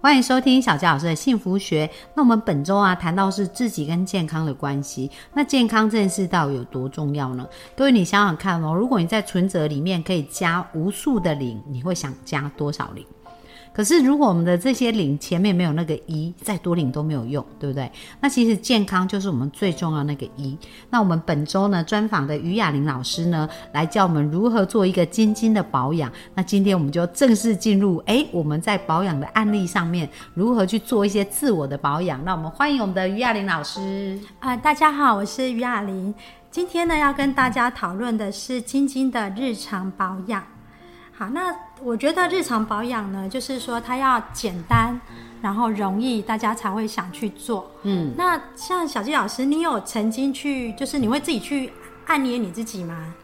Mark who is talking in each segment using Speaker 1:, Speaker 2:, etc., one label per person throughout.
Speaker 1: 欢迎收听小纪老师的幸福学。那我们本周啊，谈到是自己跟健康的关系。那健康这件事到底有多重要呢？各位，你想想看哦，如果你在存折里面可以加无数的零，你会想加多少零？可是如果我们的这些零前面没有那个一，再多零都没有用，对不对？那其实健康就是我们最重要的那个一。那我们本周呢专访的于雅玲老师呢，来教我们如何做一个晶晶的保养。那今天我们就正式进入，哎，我们在保养的案例上面如何去做一些自我的保养。那我们欢迎我们的于雅玲老师。
Speaker 2: 啊、大家好，我是于雅玲。今天呢，要跟大家讨论的是晶晶的日常保养。好，那我觉得日常保养呢，就是说它要简单，然后容易，大家才会想去做。
Speaker 1: 嗯，
Speaker 2: 那像小纪老师，你有曾经去，就是你会自己去按捏你自己吗？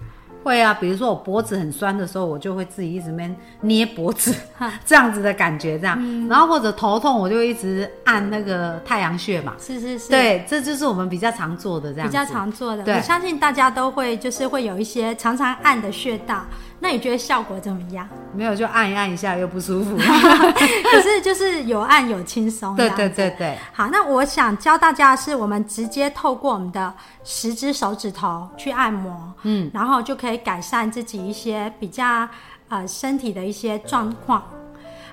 Speaker 1: 会啊，比如说我脖子很酸的时候，我就会自己一直边捏脖子， 这样子的感觉，这样。
Speaker 2: 嗯
Speaker 1: 然后或者头痛，我就一直按那个太阳穴嘛。
Speaker 2: 是是是，，
Speaker 1: 对，这就是我们比较常做的这样
Speaker 2: 比
Speaker 1: 子。
Speaker 2: 较常做的。
Speaker 1: 对
Speaker 2: 我相信大家都会，就是会有一些常常按的穴道。那你觉得效果怎么样？
Speaker 1: 没有就按一按一下又不舒服。
Speaker 2: 可是就是有按有轻松这
Speaker 1: 对
Speaker 2: 样子。
Speaker 1: 对对对，
Speaker 2: 好，那我想教大家的是，我们直接透过我们的十只手指头去按摩，
Speaker 1: 嗯，
Speaker 2: 然后就可以改善自己一些比较呃身体的一些状况。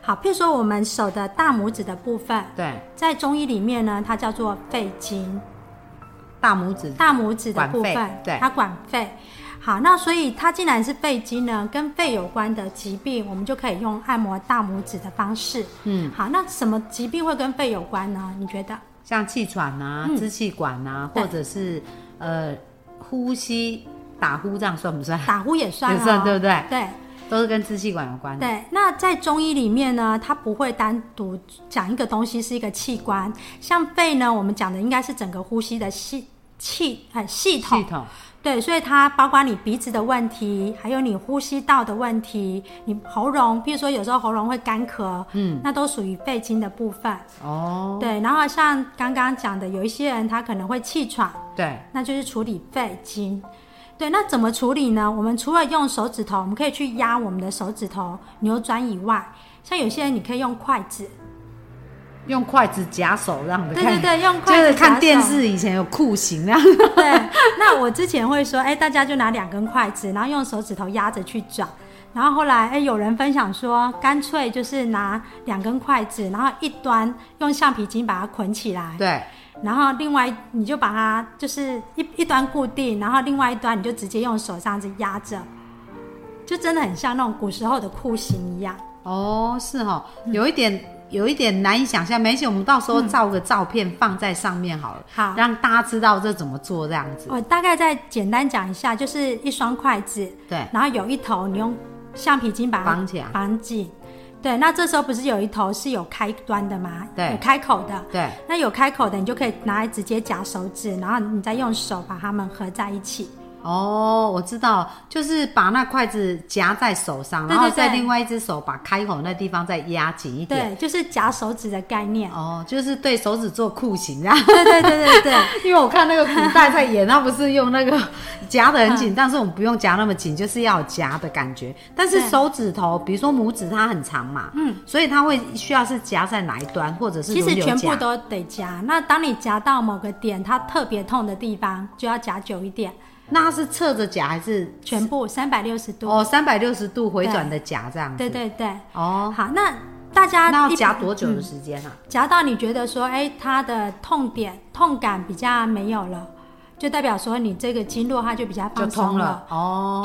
Speaker 2: 好，譬如说我们手的大拇指的部分，
Speaker 1: 对，
Speaker 2: 在中医里面呢，它叫做肺经，
Speaker 1: 大拇指
Speaker 2: 大拇指的部
Speaker 1: 管
Speaker 2: 分
Speaker 1: 肺，对
Speaker 2: 它管肺。好，那所以它既然是肺经呢，跟肺有关的疾病，我们就可以用按摩大拇指的方式。
Speaker 1: 嗯，
Speaker 2: 好，那什么疾病会跟肺有关呢？你觉得？
Speaker 1: 像气喘啊、支气管啊，
Speaker 2: 嗯对
Speaker 1: 或者是呃呼吸打呼，这样算不算？
Speaker 2: 打呼也算、哦，
Speaker 1: 也算对不对
Speaker 2: 对
Speaker 1: 都是跟支气管有关的。
Speaker 2: 对那在中医里面呢，它不会单独讲一个东西是一个器官，像肺呢，我们讲的应该是整个呼吸的系气呃系
Speaker 1: 系
Speaker 2: 统，
Speaker 1: 统
Speaker 2: 对，所以它包括你鼻子的问题，还有你呼吸道的问题，你喉咙，比如说有时候喉咙会干咳，嗯，那都属于肺经的部分。
Speaker 1: 哦，
Speaker 2: 对，然后像刚刚讲的，有一些人他可能会气喘，
Speaker 1: 对，
Speaker 2: 那就是处理肺经。对，那怎么处理呢？我们除了用手指头，我们可以去压我们的手指头扭转以外，像有些人你可以用筷子，
Speaker 1: 用筷子夹手这样的
Speaker 2: 对
Speaker 1: 看
Speaker 2: 对对，用
Speaker 1: 就
Speaker 2: 筷
Speaker 1: 是
Speaker 2: 子夹
Speaker 1: 看
Speaker 2: 手
Speaker 1: 电。视以前有酷刑 那样，
Speaker 2: 对，那我之前会说，哎，大家就拿两根筷子，然后用手指头压着去转。然后后来，哎，有人分享说，干脆就是拿两根筷子，然后一端用橡皮筋把它捆起来，
Speaker 1: 对，
Speaker 2: 然后另外你就把它就是一一端固定，然后另外一端你就直接用手这样子压着，就真的很像那种古时候的酷刑一样。
Speaker 1: 哦，是哦，
Speaker 2: 嗯
Speaker 1: 有一点。有一点难以想象，没关系，我们到时候照个照片放在上面好了，
Speaker 2: 好哦
Speaker 1: 让大家知道这怎么做这样子。
Speaker 2: 我大概再简单讲一下，就是一双筷子，
Speaker 1: 对，
Speaker 2: 然后有一头你用橡皮筋把它
Speaker 1: 绑起来
Speaker 2: 绑紧。对，那这时候不是有一头是有开端的吗？
Speaker 1: 对
Speaker 2: 有开口的。
Speaker 1: 对，
Speaker 2: 那有开口的，你就可以拿来直接夹手指，然后你再用手把它们合在一起。
Speaker 1: 哦，我知道了，就是把那筷子夹在手上，
Speaker 2: 对对
Speaker 1: 然后再
Speaker 2: 对
Speaker 1: 另外一只手把开口那地方再压紧一点。
Speaker 2: 对，就是夹手指的概念。
Speaker 1: 哦，就是对手指做酷刑啊。
Speaker 2: 对对对对对。
Speaker 1: 因为我看那个古代在演，他不是用那个夹的很紧，但是我们不用夹那么紧，就是要有夹的感觉。但是
Speaker 2: 对
Speaker 1: 手指头，比如说拇指，它很长嘛，嗯，所以它会需要是夹在哪一端，或者是
Speaker 2: 其实
Speaker 1: 轮流
Speaker 2: 全部
Speaker 1: 夹
Speaker 2: 都得夹。那当你夹到某个点，它特别痛的地方，就要夹久一点，
Speaker 1: 那它是侧着夹还是
Speaker 2: 全部三百六十度。
Speaker 1: 哦三百六十度回转的夹这样子？
Speaker 2: 对对对。
Speaker 1: 哦，
Speaker 2: 好，那大家
Speaker 1: 那要
Speaker 2: 一
Speaker 1: 夹多久的时间啊？
Speaker 2: 夹到你觉得说，哎，它的痛点、痛感比较没有了，就代表说你这个经络它就比较
Speaker 1: 就
Speaker 2: 嗯放松
Speaker 1: 通
Speaker 2: 了。
Speaker 1: 了哦。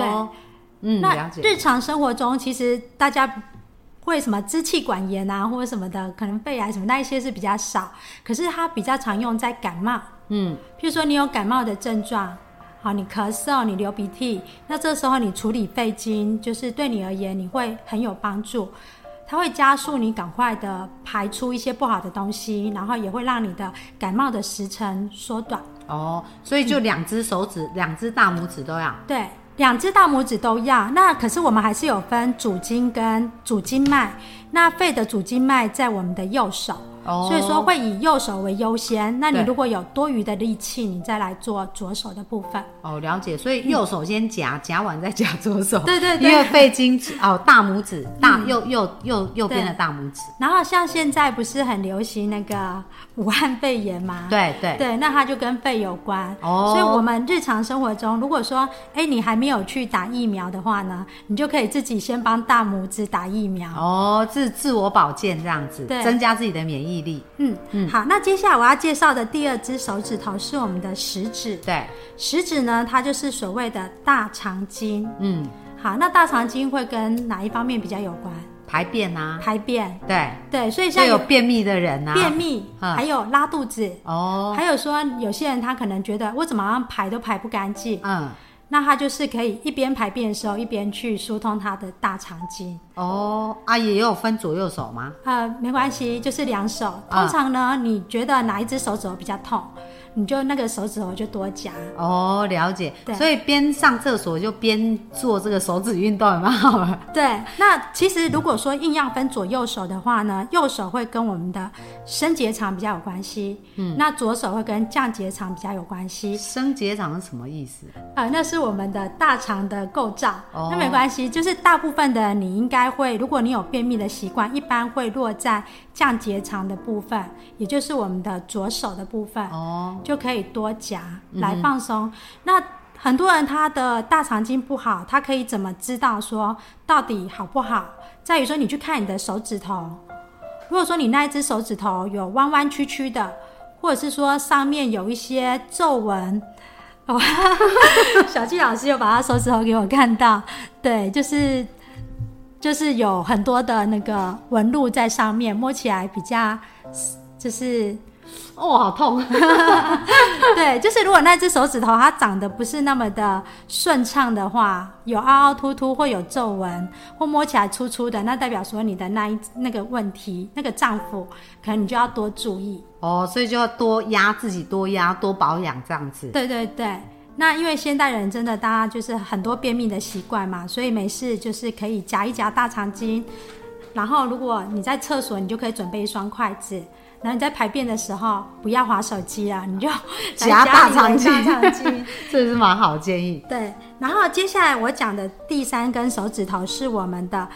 Speaker 1: 对，嗯，了
Speaker 2: 那
Speaker 1: 解。
Speaker 2: 日常生活中，其实大家会什么支气管炎啊，或者什么的，可能肺癌什么那一些是比较少，可是它比较常用在感冒。
Speaker 1: 嗯，
Speaker 2: 譬如说你有感冒的症状，好，你咳嗽，你流鼻涕，那这时候你处理肺经，就是对你而言你会很有帮助，它会加速你赶快的排出一些不好的东西，然后也会让你的感冒的时程缩短。
Speaker 1: 哦，所以就两只手指，两只大拇指都要。
Speaker 2: 对，两只大拇指都要。那可是我们还是有分主经跟主经脉，那肺的主经脉在我们的右手。
Speaker 1: 哦
Speaker 2: 所以说会以右手为优先。那你
Speaker 1: 对
Speaker 2: 如果有多余的力气，你再来做左手的部分。
Speaker 1: 哦，了解。所以右手先夹， 夹完再夹左手。
Speaker 2: 嗯对对嗯
Speaker 1: 因为
Speaker 2: 对。
Speaker 1: 肺经哦，大拇指大、右右右右边的大拇指。
Speaker 2: 然后像现在不是很流行那个 武汉肺炎吗？
Speaker 1: 对对。
Speaker 2: 啊对，那它就跟肺有关。
Speaker 1: 哦
Speaker 2: 所以我们日常生活中，如果说，哎，你还没有去打疫苗的话呢，你就可以自己先帮大拇指打疫苗。
Speaker 1: 哦，自自我保健这样子，
Speaker 2: 对
Speaker 1: 增加自己的免疫力。
Speaker 2: 嗯嗯。好，那接下来我要介绍的第二只手指头是我们的食指。
Speaker 1: 对，
Speaker 2: 食指呢，它就是所谓的大肠经。
Speaker 1: 嗯，
Speaker 2: 好，那大肠经会跟哪一方面比较有关？
Speaker 1: 排便啊，
Speaker 2: 排便。
Speaker 1: 对，
Speaker 2: 对，所以
Speaker 1: 就
Speaker 2: 像
Speaker 1: 有
Speaker 2: 有
Speaker 1: 便秘的人啊，
Speaker 2: 便秘，
Speaker 1: 嗯
Speaker 2: 还有拉肚子，
Speaker 1: 哦，
Speaker 2: 还有说有些人他可能觉得我怎么好像排都排不干净，
Speaker 1: 嗯，
Speaker 2: 那他就是可以一边排便的时候一边去疏通他的大肠经。
Speaker 1: 哦，啊，也有分左右手吗？
Speaker 2: 呃，没关系，就是两手。
Speaker 1: 嗯
Speaker 2: 通常呢，你觉得哪一只手指头比较痛，你就那个手指头就多夹。
Speaker 1: 哦，了解。
Speaker 2: 对
Speaker 1: 所以边上厕所就边做这个手指运动，也蛮好玩。
Speaker 2: 对，那其实如果说硬要分左右手的话呢，右手会跟我们的升结肠比较有关系，嗯，那左手会跟降结肠比较有关系，
Speaker 1: 升结肠是什么意思？
Speaker 2: 呃，那是我们的大肠的构造，
Speaker 1: 哦
Speaker 2: 那没关系，就是大部分的你应该会，如果你有便秘的习惯，一般会落在降结肠的部分，也就是我们的左手的部分，
Speaker 1: 哦，
Speaker 2: 就可以多夹来放松。那很多人他的大肠经不好，他可以怎么知道说到底好不好？在于说你去看你的手指头，如果说你那一只手指头有弯弯曲曲的，或者是说上面有一些皱纹。哦 小纪老师又把他手指头给我看到，对，就是就是有很多的那个纹路在上面，摸起来比较就是
Speaker 1: 哦，好痛。
Speaker 2: 对，就是如果那只手指头它长得不是那么的顺畅的话，有凹凹凸凸或有皱纹，或摸起来粗粗的，那代表说你的那一那个问题，那个脏腑，可能你就要多注意。
Speaker 1: 哦，所以就要多压自己，多压，多保养这样子。
Speaker 2: 对对对。那因为现代人真的大家就是很多便秘的习惯嘛，所以没事就是可以夹一夹大肠经，然后如果你在厕所，你就可以准备一双筷子，然后你在排便的时候不要划手机啊，你就 来
Speaker 1: 夹大
Speaker 2: 你的
Speaker 1: 肠经
Speaker 2: 大肠经。
Speaker 1: 这是蛮好的建议。
Speaker 2: 对，然后接下来我讲的第三根手指头是我们的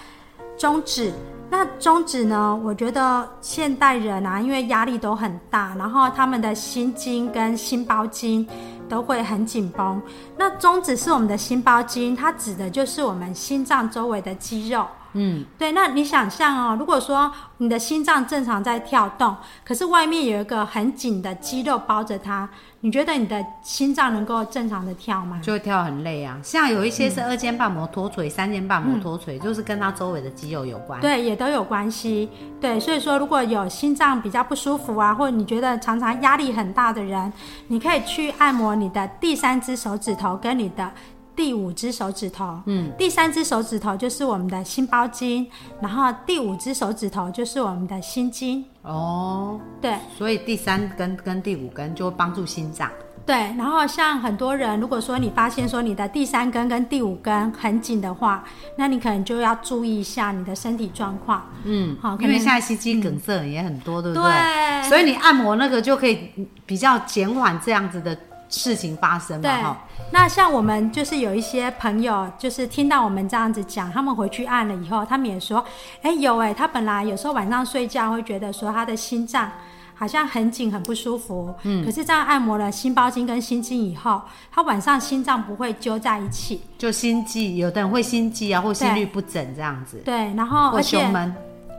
Speaker 2: 中指。那中指呢？我觉得现代人啊，因为压力都很大，然后他们的心经跟心包经都会很紧绷。那中指是我们的心包经，它指的就是我们心脏周围的肌肉。
Speaker 1: 嗯，
Speaker 2: 对，那你想象哦，如果说你的心脏正常在跳动，可是外面有一个很紧的肌肉包着它，你觉得你的心脏能够正常的跳吗？
Speaker 1: 就会跳很累啊。嗯像有一些是二尖瓣膜脱垂、三尖瓣膜脱垂，就是跟它周围的肌肉有关。
Speaker 2: 对，也都有关系。对，所以说如果有心脏比较不舒服啊，或者你觉得常常压力很大的人，你可以去按摩你的第三只手指头跟你的第五只手指头。嗯，第三只手指头就是我们的心包经，然后第五只手指头就是我们的心经。
Speaker 1: 哦，
Speaker 2: 对
Speaker 1: 所以第三根跟第五根就会帮助心脏。
Speaker 2: 对，然后像很多人，如果说你发现说你的第三根跟第五根很紧的话，那你可能就要注意一下你的身体状况。
Speaker 1: 嗯
Speaker 2: 好可
Speaker 1: 因为
Speaker 2: 能
Speaker 1: 现在心肌梗塞也很多，嗯对不
Speaker 2: 对
Speaker 1: 所以你按摩那个就可以比较减缓这样子的事情发生嘛。
Speaker 2: 对
Speaker 1: 哈，
Speaker 2: 那像我们就是有一些朋友，就是听到我们这样子讲，他们回去按了以后，他们也说，哎、有哎、他本来有时候晚上睡觉会觉得说他的心脏好像很紧很不舒服，嗯，可是这样按摩了心包经跟心经以后，他晚上心脏不会揪在一起，
Speaker 1: 就心悸，有的人会心悸啊，或心律不整这样子，
Speaker 2: 对，然后
Speaker 1: 或
Speaker 2: 而
Speaker 1: 胸
Speaker 2: 且
Speaker 1: 闷。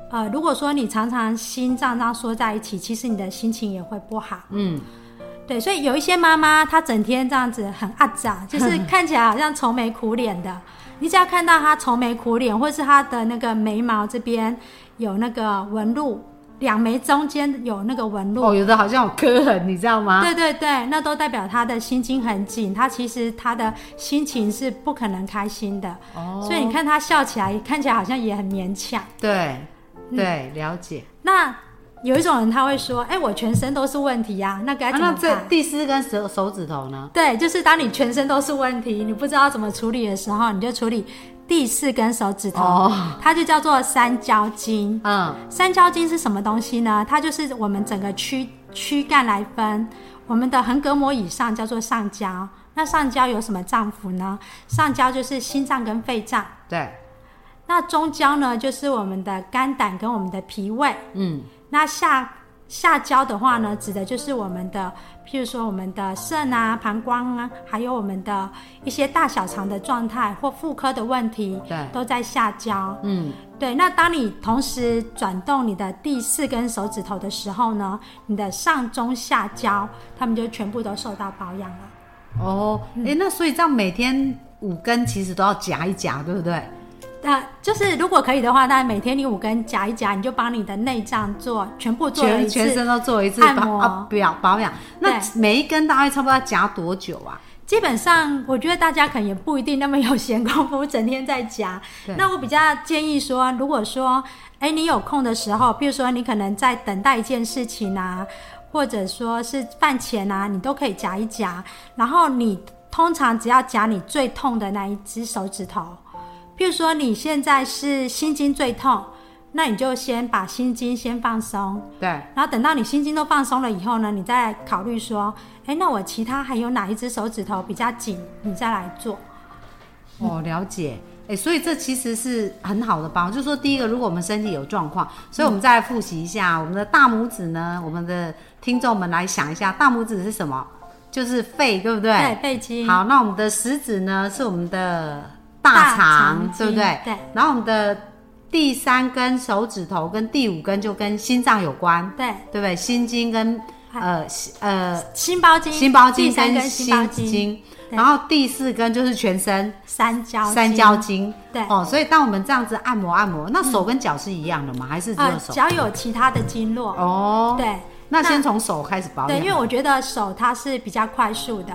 Speaker 2: 呃，如果说你常常心脏这样缩在一起，其实你的心情也会不好。
Speaker 1: 嗯，
Speaker 2: 对，所以有一些妈妈她整天这样子很阿杂，就是
Speaker 1: 嗯
Speaker 2: 看起来好像愁眉苦脸的。你只要看到她愁眉苦脸，或是她的那个眉毛这边有那个纹路，两眉中间有那个纹路，
Speaker 1: 哦，有的好像有磕痕，你知道吗？
Speaker 2: 对对对，那都代表她的心经很紧，她其实她的心情是不可能开心的。
Speaker 1: 哦
Speaker 2: 所以你看她笑起来，看起来好像也很勉强。
Speaker 1: 对对，了解。
Speaker 2: 那有一种人他会说：“哎、我全身都是问题呀、那该
Speaker 1: 啊，
Speaker 2: 怎么
Speaker 1: 那
Speaker 2: 办？”
Speaker 1: 这第四根手手指头呢？
Speaker 2: 对，就是当你全身都是问题，你不知道怎么处理的时候，你就处理第四根手指头，
Speaker 1: 哦
Speaker 2: 它就叫做三焦经。
Speaker 1: 嗯，
Speaker 2: 三焦经是什么东西呢？它就是我们整个躯躯干来分，我们的横膈膜以上叫做上焦。那上焦有什么脏腑呢？上焦就是心脏跟肺脏，
Speaker 1: 对，
Speaker 2: 那中焦呢就是我们的肝胆跟我们的脾胃。
Speaker 1: 嗯，
Speaker 2: 那下下焦的话呢，指的就是我们的，譬如说我们的肾啊、膀胱啊，还有我们的一些大小肠的状态或妇科的问题，
Speaker 1: 对
Speaker 2: 都在下焦。
Speaker 1: 嗯，
Speaker 2: 对，那当你同时转动你的第四根手指头的时候呢，你的上中下焦，它们就全部都受到保养了。
Speaker 1: 哦，
Speaker 2: 嗯
Speaker 1: 哎、那所以这样每天五根其实都要夹一夹，对不对？
Speaker 2: 那就是如果可以的话，那每天你五根夹一夹，你就帮你的内脏做全部做了一
Speaker 1: 全全
Speaker 2: 次
Speaker 1: 身都做一次
Speaker 2: 按
Speaker 1: 保
Speaker 2: 摩
Speaker 1: 啊表保养，那
Speaker 2: 对
Speaker 1: 每一根大概差不多要夹多久啊？
Speaker 2: 基本上，我觉得大家可能也不一定那么有闲工夫，整天在家
Speaker 1: 对。
Speaker 2: 那我比较建议说，如果说，哎，你有空的时候，比如说你可能在等待一件事情啊，或者说是饭前啊，你都可以夹一夹。然后你通常只要夹你最痛的那一只手指头，比如说你现在是心经最痛，那你就先把心经先放松，
Speaker 1: 对，
Speaker 2: 然后等到你心经都放松了以后呢，你再考虑说，哎，那我其他还有哪一只手指头比较紧，你再来做。
Speaker 1: 哦，了解。哎、所以这其实是很好的帮，就是说，第一个，如果我们身体有状况，所以我们再来复习一下、我们的大拇指呢，我们的听众们来想一下，大拇指是什么？就是肺，对不对？
Speaker 2: 对，背筋。
Speaker 1: 好，那我们的食指呢是我们的
Speaker 2: 大
Speaker 1: 大
Speaker 2: 肠
Speaker 1: 肠，
Speaker 2: 经
Speaker 1: 对不对？
Speaker 2: 对。
Speaker 1: 然后我们的第三根手指头跟第五根就跟心脏有关，
Speaker 2: 对，
Speaker 1: 对不对？心经跟
Speaker 2: 还
Speaker 1: 呃心呃
Speaker 2: 心包经。
Speaker 1: 心包
Speaker 2: 第
Speaker 1: 经
Speaker 2: 三
Speaker 1: 跟
Speaker 2: 根心包
Speaker 1: 心
Speaker 2: 经。
Speaker 1: 经，
Speaker 2: 对
Speaker 1: 然后第四根就是全身
Speaker 2: 三焦经。
Speaker 1: 三焦经。
Speaker 2: 对嗯
Speaker 1: 哦，所以当我们这样子按摩按摩，那手跟脚是一样的吗？还是只
Speaker 2: 呃
Speaker 1: 有，手？
Speaker 2: 只要有其他的经络。
Speaker 1: 哦，
Speaker 2: 对。
Speaker 1: 那先从手开始保
Speaker 2: 对，因为
Speaker 1: 养。
Speaker 2: 我觉得手它是比较快速的，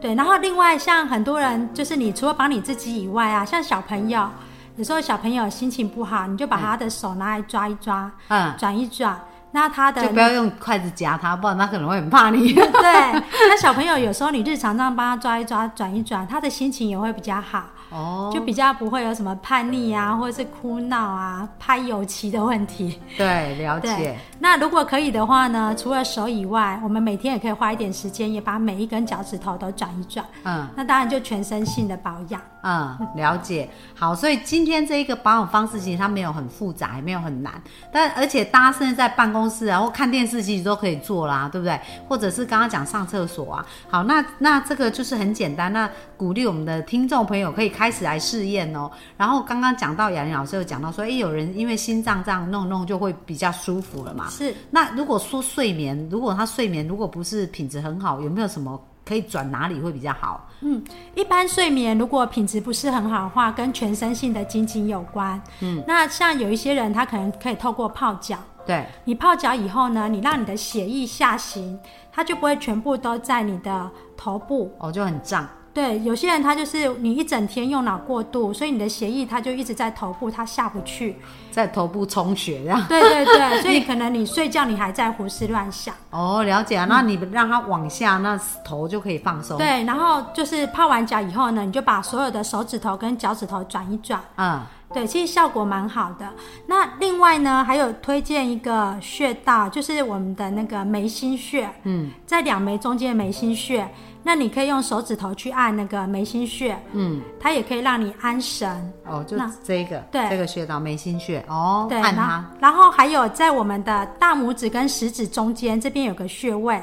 Speaker 2: 对。然后另外像很多人，就是你除了帮你自己以外啊，像小朋友，有时候小朋友心情不好，你就把他的手拿来抓一抓，
Speaker 1: 嗯，
Speaker 2: 转一转，那他的
Speaker 1: 就不要用筷子夹它，不然它可能会很怕你。
Speaker 2: 对，那小朋友有时候你日常这样帮他抓一抓、转一转，他的心情也会比较好，
Speaker 1: 哦，嗯
Speaker 2: 就比较不会有什么叛逆啊，或者是哭闹啊、拍油漆的问题。
Speaker 1: 对，了
Speaker 2: 对
Speaker 1: 解。，
Speaker 2: 那如果可以的话呢，除了手以外，我们每天也可以花一点时间，也把每一根脚趾头都转一转。
Speaker 1: 嗯
Speaker 2: 那当然就全身性的保养。
Speaker 1: 嗯，了解。好，所以今天这一个保养方式其实它没有很复杂，也没有很难，但而且大家甚至在办公室啊或看电视其实都可以做啦，对不对？或者是刚刚讲上厕所啊。好，那那这个就是很简单，那鼓励我们的听众朋友可以开始来试验哦。然后刚刚讲到雅玲老师有讲到说，诶，有人因为心脏这样弄弄就会比较舒服了嘛。
Speaker 2: 是，
Speaker 1: 那如果说睡眠，如果他睡眠如果不是品质很好，有没有什么可以转哪里会比较好？
Speaker 2: 嗯，一般睡眠如果品质不是很好的话，跟全身性的筋紧有关。嗯，那像有一些人，他可能可以透过泡脚。
Speaker 1: 对，
Speaker 2: 你泡脚以后呢，你让你的血液下行，它就不会全部都在你的头部。
Speaker 1: 哦，就很胀。
Speaker 2: 对，有些人他就是你一整天用脑过度，所以你的血液它就一直在头部，它下不去。
Speaker 1: 在头部充血这样。
Speaker 2: 对对对，所以可能你睡觉你还在胡思乱想。
Speaker 1: 哦，了解啊。那你让它往下，那头就可以放松。，
Speaker 2: 嗯对，然后就是泡完脚以后呢，你就把所有的手指头跟脚趾头转一转。
Speaker 1: 嗯，
Speaker 2: 对，其实效果蛮好的。那另外呢，还有推荐一个穴道，就是我们的那个眉心穴，嗯，在两眉中间的眉心穴，那你可以用手指头去按那个眉心穴，嗯，它也可以让你安神。
Speaker 1: 哦，就
Speaker 2: 那
Speaker 1: 这个，
Speaker 2: 对
Speaker 1: 这个穴道眉心穴，哦，
Speaker 2: 对，
Speaker 1: 按
Speaker 2: 然后
Speaker 1: 它，
Speaker 2: 然后还有在我们的大拇指跟食指中间这边有个穴位，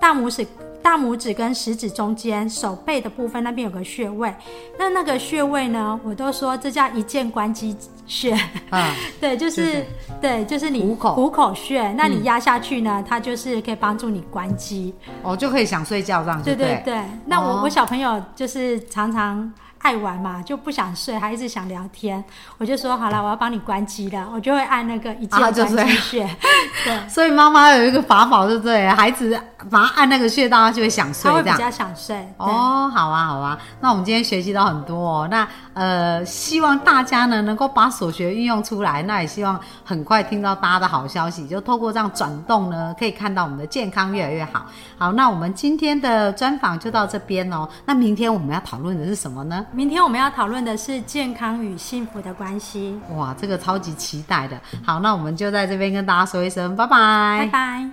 Speaker 2: 大拇指大拇指跟食指中间手背的部分那边有个穴位，那那个穴位呢，我都说这叫一键关机穴。
Speaker 1: 嗯，
Speaker 2: 对，就
Speaker 1: 就是是
Speaker 2: 对，就是你
Speaker 1: 虎口嗯
Speaker 2: 虎口穴，那你压下去呢，它就是可以帮助你关机。
Speaker 1: 哦，就可以想睡觉这样，
Speaker 2: 对
Speaker 1: 对
Speaker 2: 对
Speaker 1: 了。
Speaker 2: 对，那我、
Speaker 1: 哦
Speaker 2: 我小朋友就是常常爱玩嘛，就不想睡，还一直想聊天，我就说好了，我要帮你关机了，我就会按那个一键
Speaker 1: 啊
Speaker 2: 关
Speaker 1: 就
Speaker 2: 机穴， 对，
Speaker 1: 所以妈妈有一个法宝，对不对？孩子把它按那个穴道，他就会想睡
Speaker 2: 他会
Speaker 1: 这
Speaker 2: 比
Speaker 1: 样。
Speaker 2: 较想睡。对，
Speaker 1: 哦，好啊，好啊。那我们今天学习到很多哦。那呃，希望大家呢能够把所学运用出来。那也希望很快听到大家的好消息，就透过这样转动呢，可以看到我们的健康越来越好。好，那我们今天的专访就到这边哦。那明天我们要讨论的是什么呢？
Speaker 2: 明天我们要讨论的是健康与幸福的关系。
Speaker 1: 哇，这个超级期待的。好，那我们就在这边跟大家说一声拜
Speaker 2: 拜拜。